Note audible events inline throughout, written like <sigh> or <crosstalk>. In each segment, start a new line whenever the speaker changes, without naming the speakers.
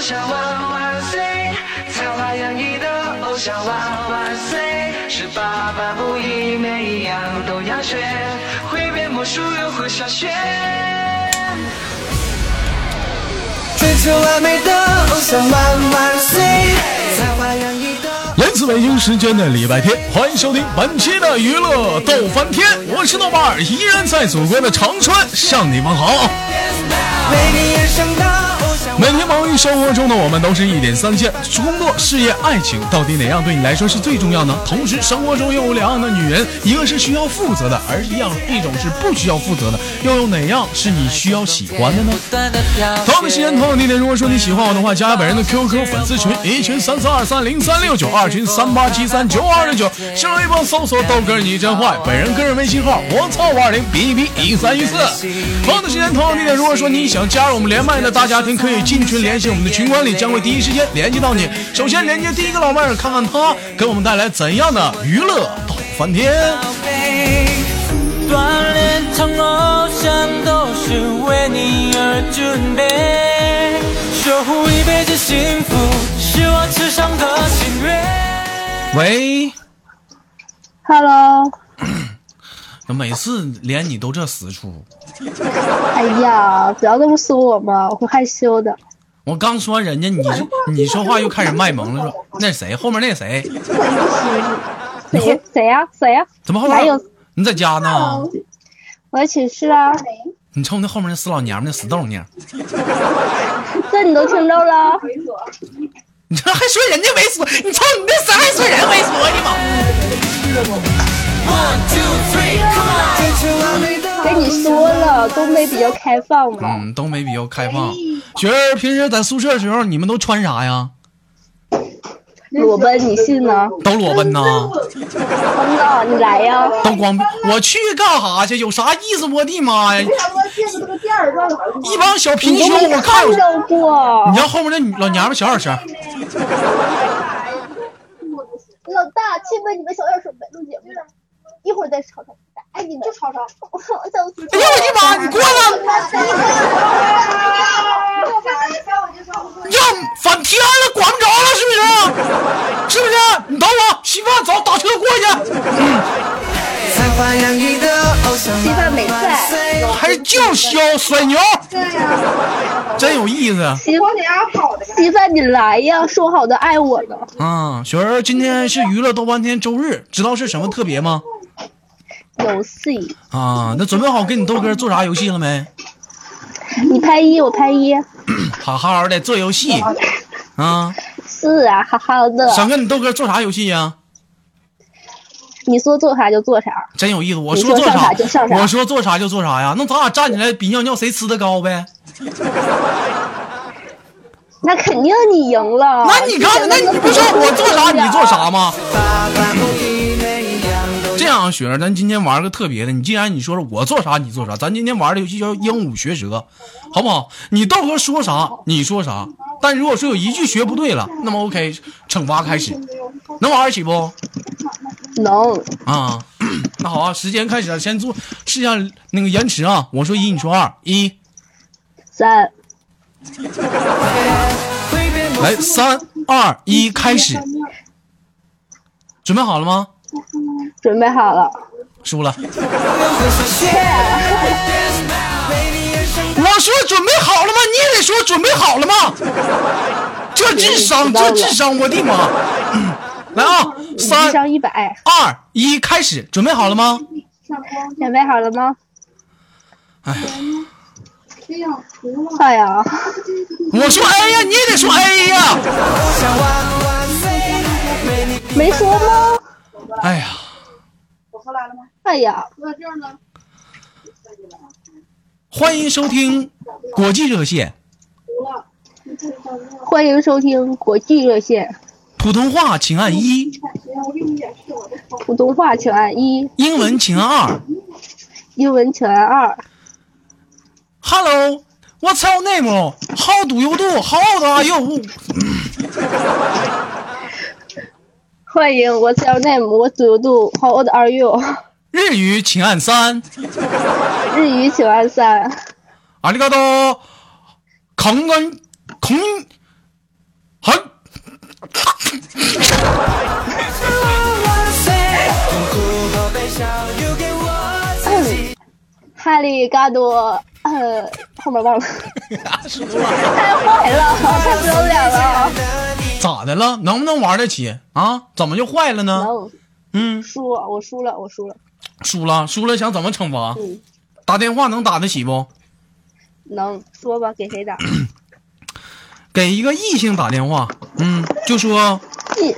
想万万岁，才华洋溢的偶像万万岁，十八般武艺每一样都要学，会变魔术又会耍学。追求完美的偶像万万岁，才华洋溢的。
来自北京时间的礼拜天，欢迎收听本期的娱乐逗翻天，我是豆瓣儿，依然在祖国的长春向你们好。
为你而生的偶像
每天忙于生活中的我们，都是一点三线：工作、事业、爱情，到底哪样对你来说是最重要呢？同时，生活中又有两样的女人，一个是需要负责的，而一样一种是不需要负责的，又有哪样是你需要喜欢的呢？
不断的跳
同样的时间，同样地点，如果说你喜欢我的话，加本人的 QQ 粉丝群，一群三三二三零三六九，二群三八七三九二六九，新浪微博搜索豆哥你真坏，本人个人微信号我操五二零 b b 一三一四。同样的时间，同样地点，如果说你想加入我们连麦的大家庭，可以进群联系我们的群管理，将会第一时间联系到你。首先连接第一个老妹儿，看看她给我们带来怎样的娱乐逗翻天。
飞，
锻炼成偶像都是为你而准备，守护一辈子幸福是我此生的心愿。
喂，
Hello，
每次连你都这死出，
哎呀，不要这么说我嘛，我会害羞的。
我刚说完人家，你就你说话又开始卖萌了，说那谁后面那谁
谁谁呀、谁呀、
怎么啊后
哪有
面？你在家呢？
我在寝室啊，
你瞅你那后面那死老娘们那死豆娘，
这你都听到了？
你这还说人家猥琐？你瞅你那啥还说人猥琐？你妈！
One two three come on，
追求完美的
跟你说了，东北比较开放嘛。
嗯，东北比较开放。雪儿平时在宿舍的时候，你们都穿啥呀？
裸奔，你信呢？
都裸奔呐？
真的，你来呀！
都光？我去干啥去？有啥意思？我的妈呀！一帮小贫
你都
穷，
没
我看
看
着。
到过。
你让后面那女老娘们小点声。
老大，亲吻你们小点声呗，录节目呢，一会儿再吵吵。哎，你们就吵吵，我想死。
哎呀，我的妈！你过来！要反天了，管不着了，是不是？是不是？你等我，稀饭走，打车过去，
才华洋溢的偶像
稀饭没
万万岁。
还是叫嚣甩牛，真有意思啊
稀稀饭，你来呀！说好的爱我呢，
啊！雪儿，今天是娱乐豆瓣天周日，知道是什么特别吗？
游戏，
啊，那准备好跟你豆哥做啥游戏了没？
你拍一，我拍一，
好好的做游戏啊！
是啊，好好的。
想跟你豆哥做啥游戏呀、
你说做啥就做啥，
真有意思，我
你
说
说
做
上
啥
啥就上啥
我说做啥就做啥呀。那咱俩站起来比尿尿谁吃的高呗？
那肯定你赢了。
那你看，啊那你不是我做啥你做啥吗？
八般武艺每一样都
<laughs> 这样啊，雪儿，咱今天玩个特别的。你既然你说了我做啥你做啥，咱今天玩的游戏叫鹦鹉学舌，好不好？你豆哥说啥你说啥，但如果说有一句学不对了，那么 OK，惩罚开始，能玩得起不？
能，
啊，那好啊，时间开始了，先做试一下那个延迟啊。我说一，你说二，一
三
会变魔
来三二一开始，准备好了吗？
准备好了，
输了，
术又会耍学。为你而生
我说准备好了吗？你也得说准备好了吗？这智商，这智商，我的妈！来啊，
智
三
商一百，
二一开始，准备好了吗？
准备好了吗？哎呀，
我说 A 呀，你也得说 A 呀。
偶像万万岁。为你
没说吗？
哎呀，
哎呀，
欢迎收听国际热线。
欢迎收听国际热线，
普通话请按一，
普通话请按一，
英文请按二。
英文请按二。
Hello, what's your name? How do you do? How old are you?
欢迎，What's your name? What do you do? How old are you? <laughs>
日语请按三。
日语请按三，
ありがとう。건강 건 哼，
哈利嘎多，呃，后
<laughs>
面忘了，
啊
太坏了，太不要脸了。
咋的了？能不能玩得起啊？怎么就坏了呢？
能
嗯，
输，我输了，我输了，
输了，输了想怎么惩罚？
嗯
打电话能打得起不？
能说吧？给谁打？
给一个异性打电话，嗯，就说，
记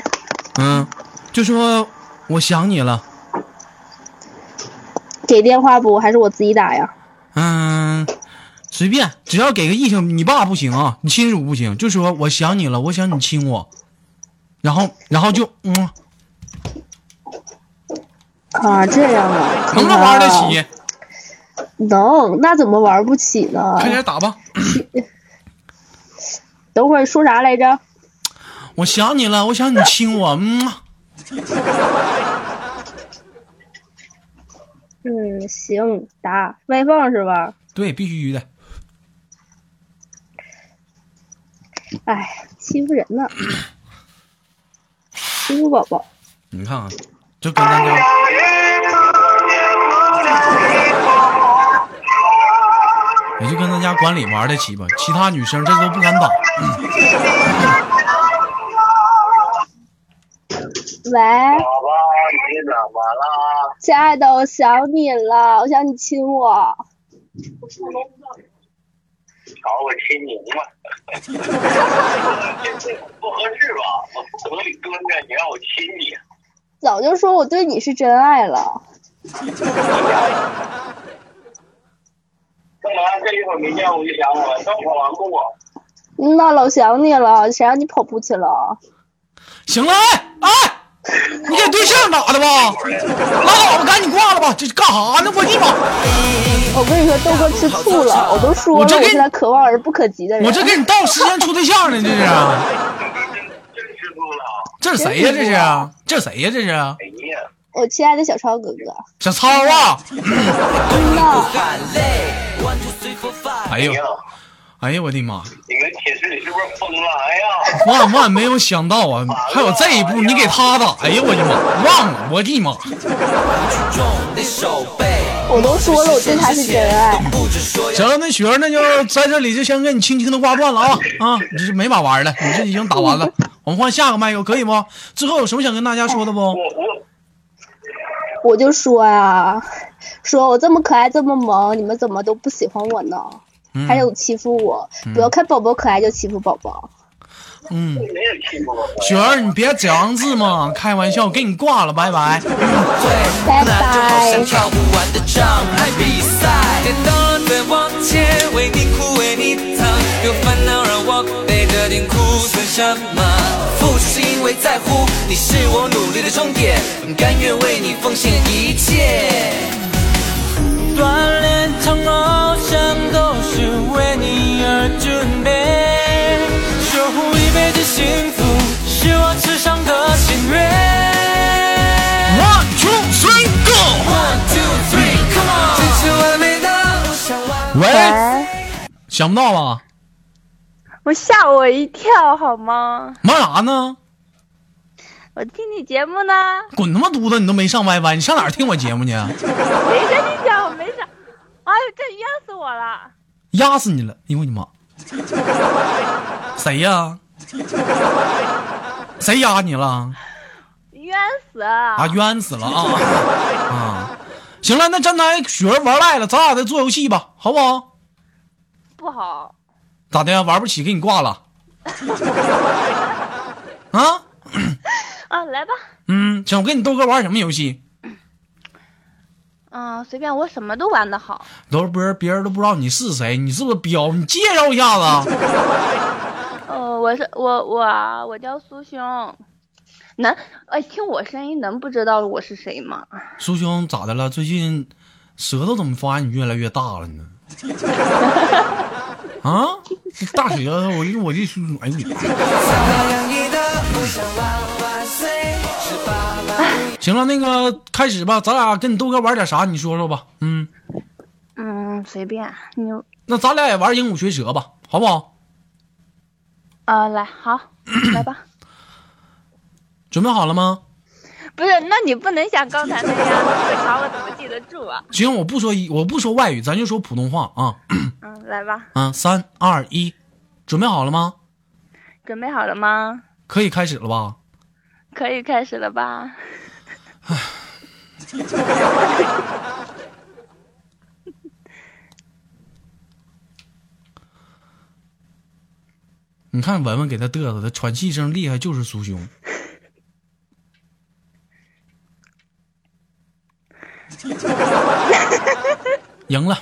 嗯，就说我想你了，
给电话不？还是我自己打呀？
嗯，随便，只要给个异性，你爸不行啊，你亲属不行，就说我想你了，我想你亲我，然后，然后就，嗯，
啊，这样啊？
能不能玩得起？
能，那怎么玩不起呢？
快点打吧，
等会儿说啥来着？
我想你了，我想你亲我，嗯，
嗯，行，打外放是吧？
对，必须的，
哎，欺负人呢，欺负宝宝。
你看啊，就跟咱家。也就跟咱家管理玩得起吧，其他女生这都不敢打。
喂，
宝宝，你怎么了？
亲爱的，我想你了，我想你亲我。
好，我亲你嘛。不合适吧？我从里蹲着，你让我亲你，
早就说我对你是真爱了，
干嘛这一会儿没见我就想我，刚跑完步，
嗯呐，老想你了，谁让你跑步去了？
行了，哎哎，你给对象打的吧？拉倒吧，赶紧挂了吧！这干啥呢？我的妈！
我跟你说，豆哥吃醋了，我都说了，
我
我
这给
是他可望而不可及的人。
我这给你到时间处对象呢，这是？
真吃醋了。
这是谁呀、这是？这谁呀、这是？
哎呀，
我亲爱的小超哥哥，
小超啊！
真的，
哎
哎
呦
呀，，
哎呦，我的妈！
你们寝室里是不是疯了？哎呀，
万万没有想到啊，还有这一步，你给他打！哎呀，我的妈！忘了，我的妈！
我都说了，我对他是真爱。
行了，那雪儿，那就在这里就先跟你轻轻的挂断了啊啊！你这是没法玩了，你这已经打完了。我们换下个麦克，可以不？最后有什么想跟大家说的不？
我我
我就说呀、说我这么可爱，这么萌，你们怎么都不喜欢我呢？
嗯
还有欺负我，不要看宝宝可爱就欺负宝宝。
嗯。
没有亲过我。
雪儿，你别这样子嘛，开玩笑，给你挂了，拜拜。
拜
那就好
拜
像。跳不完的障碍比赛。跌倒了再往前，为你哭为你疼，有烦恼让我背着点哭，算什么？付出是因为在乎，你是我努力的终点，甘愿为你奉献一切。锻炼成偶像都是为你而准备，守护一辈子幸福是我至上的心愿。
One two three go。
One, two, three, come on！真是完美的偶像完美。
喂，想不到啊吧？
我吓我一跳，好吗？
忙啥呢？
我听你节目呢，
滚他妈犊子！你都没上 YY，你上哪儿听我节目去？啊
谁跟你讲我没啥？哎呦，这冤死我了！
压死你了！哎呦我的妈！谁呀？谁压你了？
冤死啊
啊，冤死了啊！啊，行了，那站台雪儿玩赖了，咱俩再做游戏吧，好不好？
不好，
咋的呀？玩不起，给你挂了。啊？
啊，来吧，
嗯，行，我跟你豆哥玩什么游戏？
嗯、
啊
随便，我什么都玩的好，
都不是别人都不知道你是谁，你是不是彪？你介绍一下子。
呃，我是我我啊我叫苏兄，能哎听我声音能不知道我是谁吗？
苏兄咋的了？最近舌头怎么发现你越来越大了呢？啊，这大舌头，我就我就哎呦我，行了，那个开始吧，咱俩跟你豆哥玩点啥？你说说吧。嗯，
嗯，随便你
那咱俩也玩鹦鹉学舌吧，好不好？
啊，来，好，来 <clears throat> 吧。
准备好了吗？
不是，那你不能像刚才那样，这个条我怎么记得住啊？
行，我不说一，我不说外语，咱就说普通话啊
嗯，来吧，
啊！三二一，准备好了吗？
准备好了吗？
可以开始了吧？
可以开始了吧？
你看文文给他嘚瑟，他喘气声厉害，就是苏 <laughs> 兄。赢了，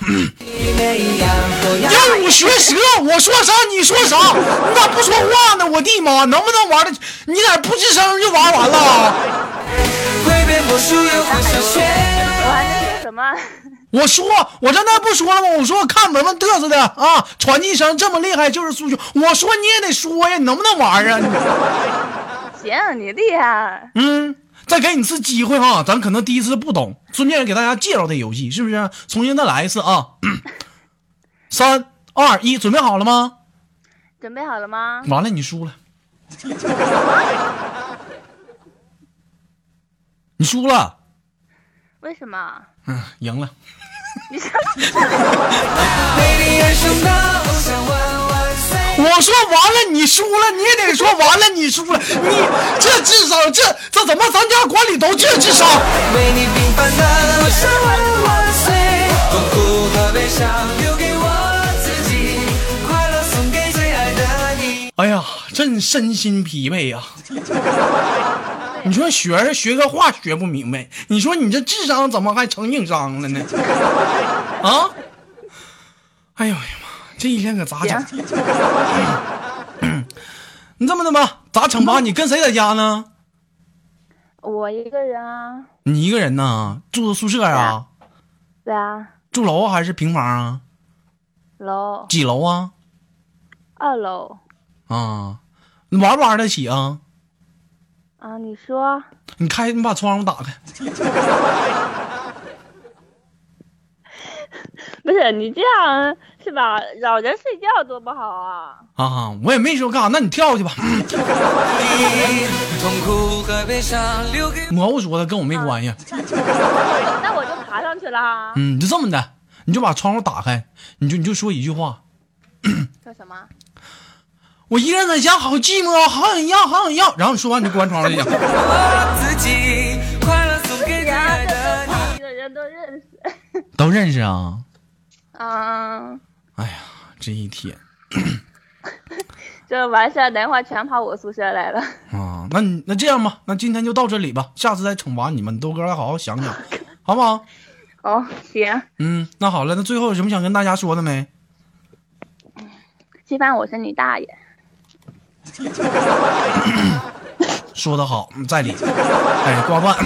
让我学舌，我说啥你说啥，你咋不说话呢？我的妈，能不能玩的？你咋不吱声就玩完了？
会变魔术又会上学。
我还能说什么？
我说，我刚才不说了吗？我说我看文文嘚瑟的啊，喘气声这么厉害，就是苏兄。我说你也得说呀，你能不能玩啊？你
<laughs> 行，你厉害。
嗯，再给你次机会哈，咱可能第一次不懂，顺便给大家介绍这游戏，是不是？重新再来一次啊！ <clears throat> 三二一，准备好了吗？
准备好了吗？
完了，你输了， <laughs> 你输了，
为什么？
嗯，赢了。
你说
我说完了，你输了，你也得说完了，你输了，你这智商，这这怎么咱家管理都这智商？
为你平凡的我想万万岁，痛苦和悲伤留给我自己，快乐送给最爱的你。
哎呀，真身心疲惫呀、你说学着学个话学不明白，你说你这智商怎么还成硬伤了呢？啊！哎呦我的妈，这一天可咋整？你这么的吧，咋惩罚你？跟谁在家呢？
我一个人啊，
你一个人呢？住宿舍啊？
对啊，
住楼啊还是平房啊？
楼
几楼啊？
二楼
啊，你玩不玩得起啊？
啊，你说
你开，你把窗户打开。
<laughs> 不是你这样是吧？扰人睡觉多不好啊！
啊，我也没说干啥，那你跳 <laughs> 去吧。
痛苦和悲伤留给
蘑菇说的跟我没关系。
那我就爬上去啦。
嗯，你就这么的，你就把窗户打开，你就你就说一句话：
说什么？
我一个人在家好寂寞，好想要，好想要。然后你说完你就关窗了，讲。
我自己，快乐送给最爱的你。
一个人都认识。
<laughs> 都认识啊？
嗯，
哎呀，这一天
这完事儿，等会儿全跑我宿舍来了。
啊，那你那这样吧，那今天就到这里吧，下次再惩罚你们，豆哥来好好想想，好不好？
哦，行，
嗯，那好了，那最后有什么想跟大家说的没？
吃饭我是你大爷。
说的好，嗯在理。哎，挂断。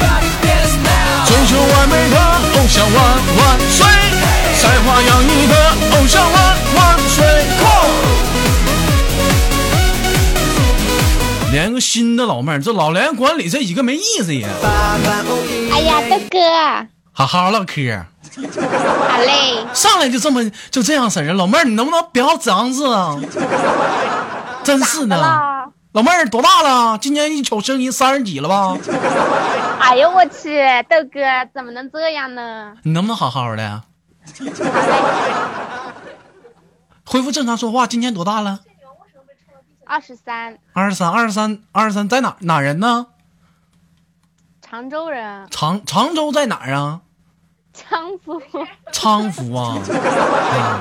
追求完美的偶像万万岁，才华洋溢的偶像万万岁。连个新的老妹儿，这老连管理这几个没意思呀。
哎呀，豆哥，
好好唠嗑，
好嘞，
上来就这么就这样式儿啊，老妹儿，你能不能不要这样子啊？真是的，
啦
老妹儿多大了？今年一瞅声音三十几了吧？
哎呦我去，豆哥怎么能这样呢？
你能不能好好的
好嘞，
恢复正常说话？今年多大了？
二十三，
二十三，二十三，二十三，在哪哪人呢？
常州人，
常常州在哪儿啊？
江苏，
昌福啊，啊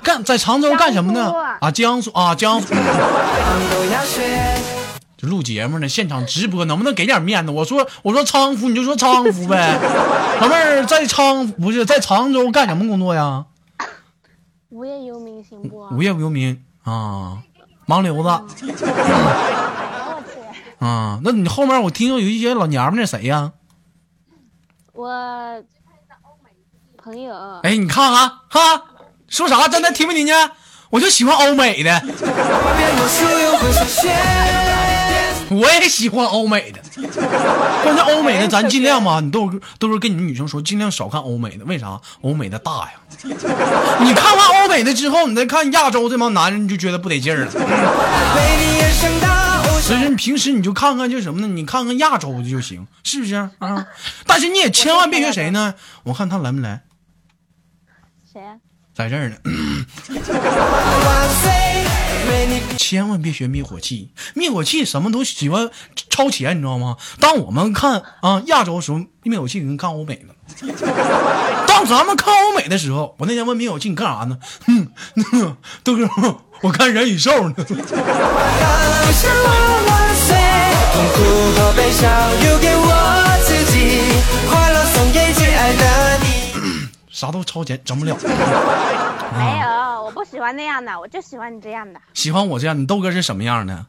干在常州干什么呢
江苏啊？
啊，江苏啊，江苏。
都要学。
就录节目呢，现场直播，能不能给点面子？我说我说昌福，你就说昌福呗。老妹儿在昌不是在常州干什么工作呀？
无业游民行不？
无业游民啊，盲流子
嗯我去，
啊。那你后面我听说有一些老娘们儿，谁呀？
我朋友，
哎，你看看哈，说啥？刚才听没听见？我就喜欢欧美的。
变魔术又会上学。
我也喜欢欧美的，关键欧美的咱尽量嘛，你都有都是跟你们女生说，尽量少看欧美的，为啥？欧美的大呀，你看完欧美的之后，你再看亚洲这帮男人，你就觉得不得劲儿了。
为你而生的偶
其
像。
实你平时你就看看就什么呢？你看看亚洲的就行，是不是啊？但是你也千万别学谁呢？我看他来没来，
谁
啊
呀、
在这儿呢， <clears throat> 千万别学灭火器，灭火器什么都喜欢超前，你知道吗？当我们看啊亚洲的时候，灭火器已经看欧美了。 <laughs> 当咱们看欧美的时候，我那天问灭火器你干啥呢？哼、嗯， <laughs> 豆哥，我看人与兽呢。
我想我万岁，痛苦和悲伤留给我自己，快乐送给最爱的你。
啥都超前，整不了。
没有，我不喜欢那样的，我就喜欢你这样的，
喜欢我这样，你豆哥是什么样的？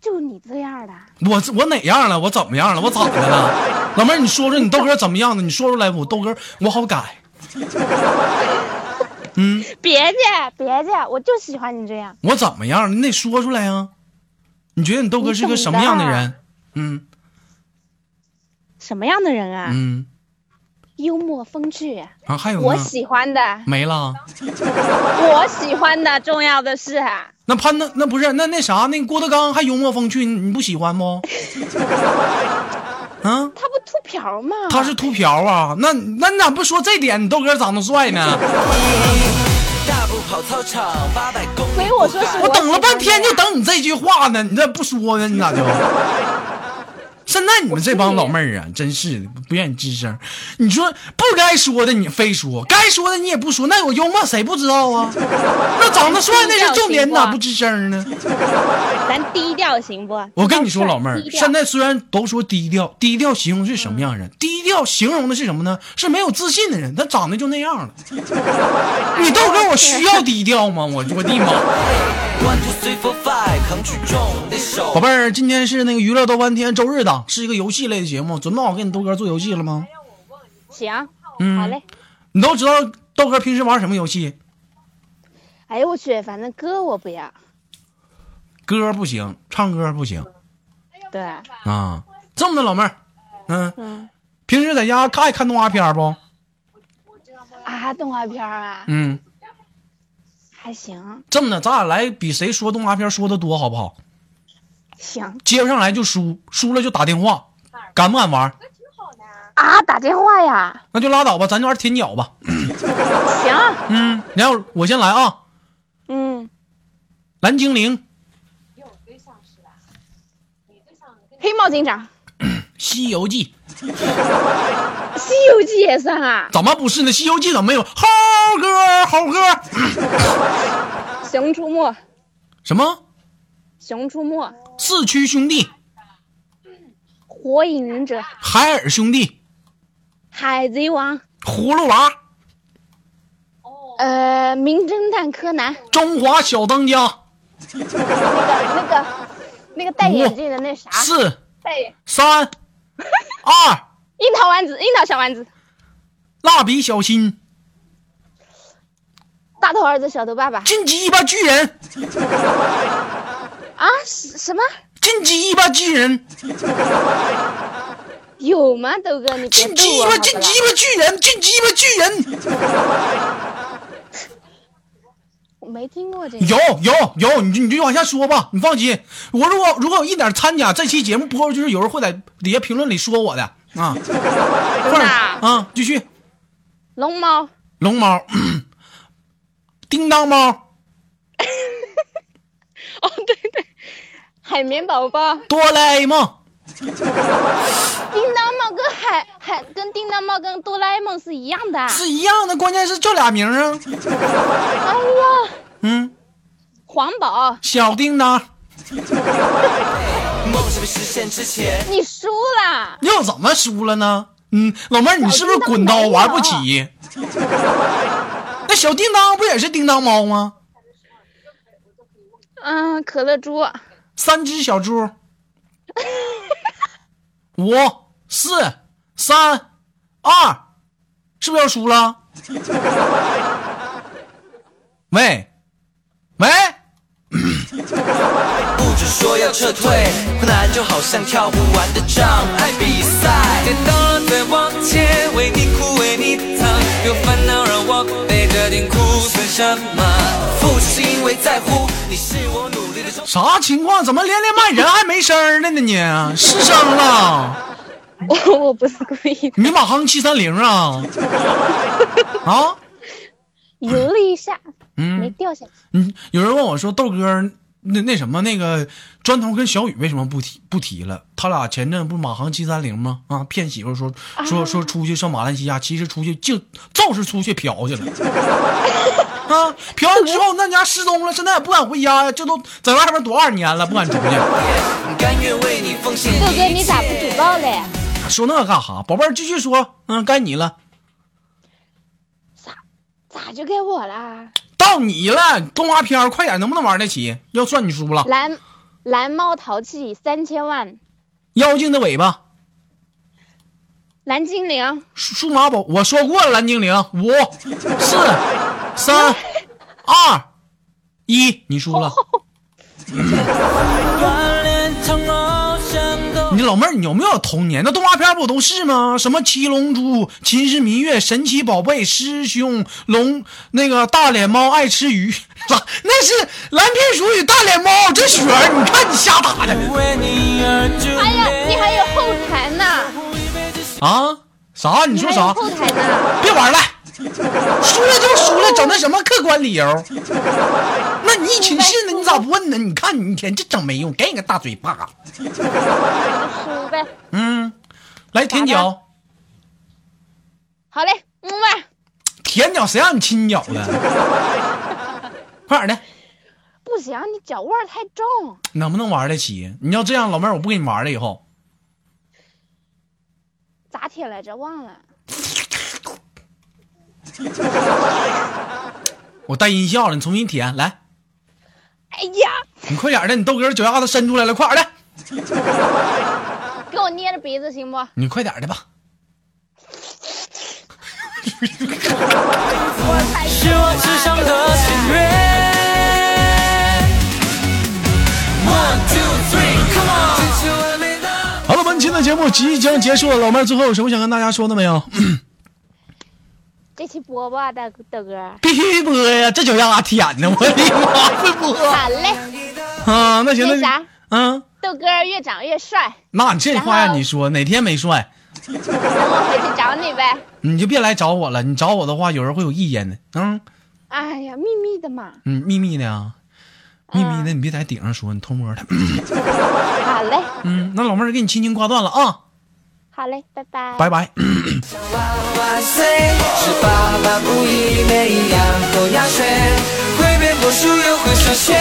就你这样的。
我我哪样了？我怎么样了？我咋的了？老妹儿，你说说你豆哥怎么样的？你说出来，我豆哥我好改。
别介，别介，我就喜欢你这样。
我怎么样？你得说出来啊！你觉得你豆哥是个什么样的
啊
人？嗯
什么样的人啊？
嗯，
幽默风趣，
啊，还有
我
呢？
喜欢的，
没了。
我喜欢的。重要的是啊，
那潘那那不是那那啥那郭德纲还幽默风趣，你你不喜欢
<laughs>
不？啊，
他不秃瓢吗？
他是秃瓢啊！那那你咋不说这点？你豆哥长得帅呢？
大步跑操场，八百公里。
所以我说
<laughs>
是
我等了半天就等你这句话呢，你咋不说呢？你咋就？ <laughs> 现在你们这帮老妹儿啊，真是的，不愿意吱声。你说不该说的你非说，该说的你也不说，那有幽默谁不知道
<laughs>
啊？那长得帅那是重点，你咋不吱声呢？
咱低调行不？
我跟你说，老妹儿，
低调啊
现在虽然都说低调，低调形容是什么样人？低调形容的是什么呢？是没有自信的人，他长得就那样了。你豆哥，我需要低调吗？我我的妈！
One two three four five，扛举重的手
宝。贝儿，今天是那个娱乐豆翻天周日档，是一个游戏类的节目。准备好跟你豆哥做游戏了吗？
行，
嗯
好嘞。
你都知道豆哥平时玩什么游戏？
哎呦我去，反正歌我不要，
歌不行，唱歌不行
对，
啊。这么的，老妹儿，嗯，
嗯
平时在家看爱看动画片不？
啊，动画片儿啊，
嗯，
还行
这么的，咱俩来比谁说动画片说的多，好不好？
行
接不上来就输，输了就打电话，敢不敢玩？
啊，打电话呀，
那就拉倒吧，咱就玩舔脚吧。
行，
嗯，然后我先来啊，
嗯，
蓝精灵、
黑猫警长，
西游记。
西游记也算啊，
怎么不是呢？《西游记》怎么没有？猴哥，猴哥，
熊出没，
什么
熊出没，
四驱兄弟、
火影忍者，
海尔兄弟、
海贼王，
葫芦娃、
呃，名侦探柯南，
中华小当家
啊那个那个戴眼镜的那啥，
四
戴眼
三二，
樱桃丸子，樱桃小丸子，
蜡笔小新、
大头儿子小头爸爸
金鸡巴巨人、
啊，什什么
金鸡巴巨人、
有吗？豆哥，你别
金
逗
鸡
我好
巴
不
金
啦
鸡巴巨人、金鸡巴巨人，
我没听过这个。
有有有，你就你就往下说吧，你放心，我如果如果有一点参加这期节目播出，就是有人会在底下评论里说我的啊，
真
快
的
点
啊
啊，继续。
龙猫、
龙猫、 <clears throat> 叮当猫、
哦海绵宝宝、叮
哆啦 A 梦、
当猫跟海海跟叮当猫跟哆啦 A 梦是一样的啊。
是一样的，关键是就俩名儿啊。
哎呀，
嗯，
环保，
小叮当
梦想被实现之前，
你输了。
又怎么输了呢？嗯，老妹儿，你是不是滚刀玩不
啊
起？ <laughs> 那小叮当不也是叮当猫吗？
嗯，可乐猪，
哎
<laughs>
三只小猪，五、四、三、二，是不是要输了？喂，喂。
不止输说要撤退，困难就好像跳不完的障碍比赛。颠倒了再往前，为你哭为你疼，有烦恼让我背着点哭算什么？复是因为在乎，你是我努力的终
啥情况？怎么连连麦人还没声儿了呢你？失声了？
我我不是故意的，
你马航七三零啊？啊？
游了一下，没
嗯，
掉下去。
嗯，有人问我说豆哥儿，那那什么那个砖头跟小雨为什么不提不提了？他俩前阵不是马航七三零吗？啊，骗媳妇儿说说说出去上马来西亚，其实出去就就是出去嫖去了。 <laughs> 啊，嫖完之后那家失踪了，现在也不敢回家呀，这都在外边多少年了，不敢出去。
点，甘愿为你奉献一
豆
切。
哥，你咋不举报嘞？
说那干哈？宝贝儿继续说，嗯，该你了，
咋就给我啦？
到你了，动画片儿快点，能不能玩得起？要算你输了。
蓝蓝猫淘气三千万，
妖精的尾巴，
蓝精灵
数数码宝，我说过了，蓝精灵，五、四、三、二、一，你输
哦
了。
锻炼成偶像都
你老妹儿，你有没有童年？那动画片不都是吗？什么《七龙珠》《秦时明月》《神奇宝贝》《师兄》龙那个大脸猫爱吃鱼，咋？那是蓝皮鼠与大脸猫，这雪儿，你看你瞎打的
为你而准备。
哎呀，你还有后台呢，
啊？啥？你说
还有
啥？
后台呢，
别玩了，输了就输了，整那什么客观理由？那你一群信呢？你咋不问呢？你看你一天这整没用，给你个大嘴巴。
输呗。
嗯，来舔脚，
好嘞，嗯么么。
舔脚谁让你亲脚的？ <laughs> 快点的，
不行，你脚味儿太重。
能不能玩得起？你要这样，老妹儿，我不跟你玩了。以后
咋铁来着？忘了。
我带音效了，你重新舔，来，
哎呀，
你快点的，你豆哥脚丫子伸出来了，快点的，
给我捏着鼻子行不？
你快点的吧。
是我吃上的心愿。One two three, come on！追求完美的
好了，本期的节目即将结束了，老妹儿最后有什么想跟大家说的没 <laughs> 有？
这期播吧，大哥大哥。
必须播呀，这脚丫子舔的，我的妈，会播
好嘞，
啊？那行，
那啥，
嗯，
豆哥越长越帅，
那你这话让你说，哪天没帅，
等我回去找你呗。
你就别来找我了。你找我的话，有人会有意见的。嗯
哎呀，秘密的嘛。
嗯，秘密的啊，秘密的，你别在顶上说，你偷摸的。
好嘞，
嗯，那老妹儿给你轻轻挂断了啊，
好嘞，拜拜。
拜拜。
万岁！是爸爸不一，每一样都要学，会变魔术又会数学。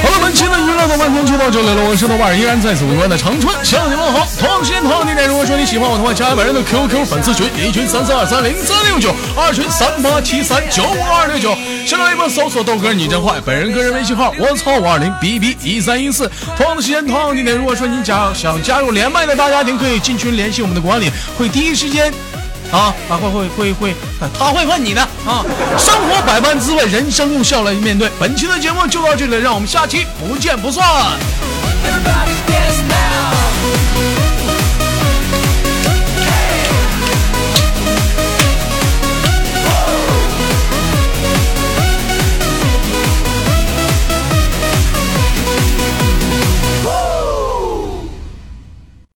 好了，本期的娱乐豆瓣天就到这里了，我是豆瓣儿，依然在祖国的长春向你问好。同样时间同样地点，如果说你喜欢我的话，加本人的 QQ 粉丝群，一群三三二三零三六九，二群三八七三九五二六九，新浪微博搜索豆哥你真坏，本人个人微信号我操五二零 b b 一三一四。同样的时间同样地点，如果说你想想加入连麦的大家庭，可以进群联系我们的管理，会第一时间。啊，啊会会会会，呃他会问你的啊！生活百般滋味，人生用笑来面对。本期的节目就到这里了，让我们下期不见不散。
Everybody dance now.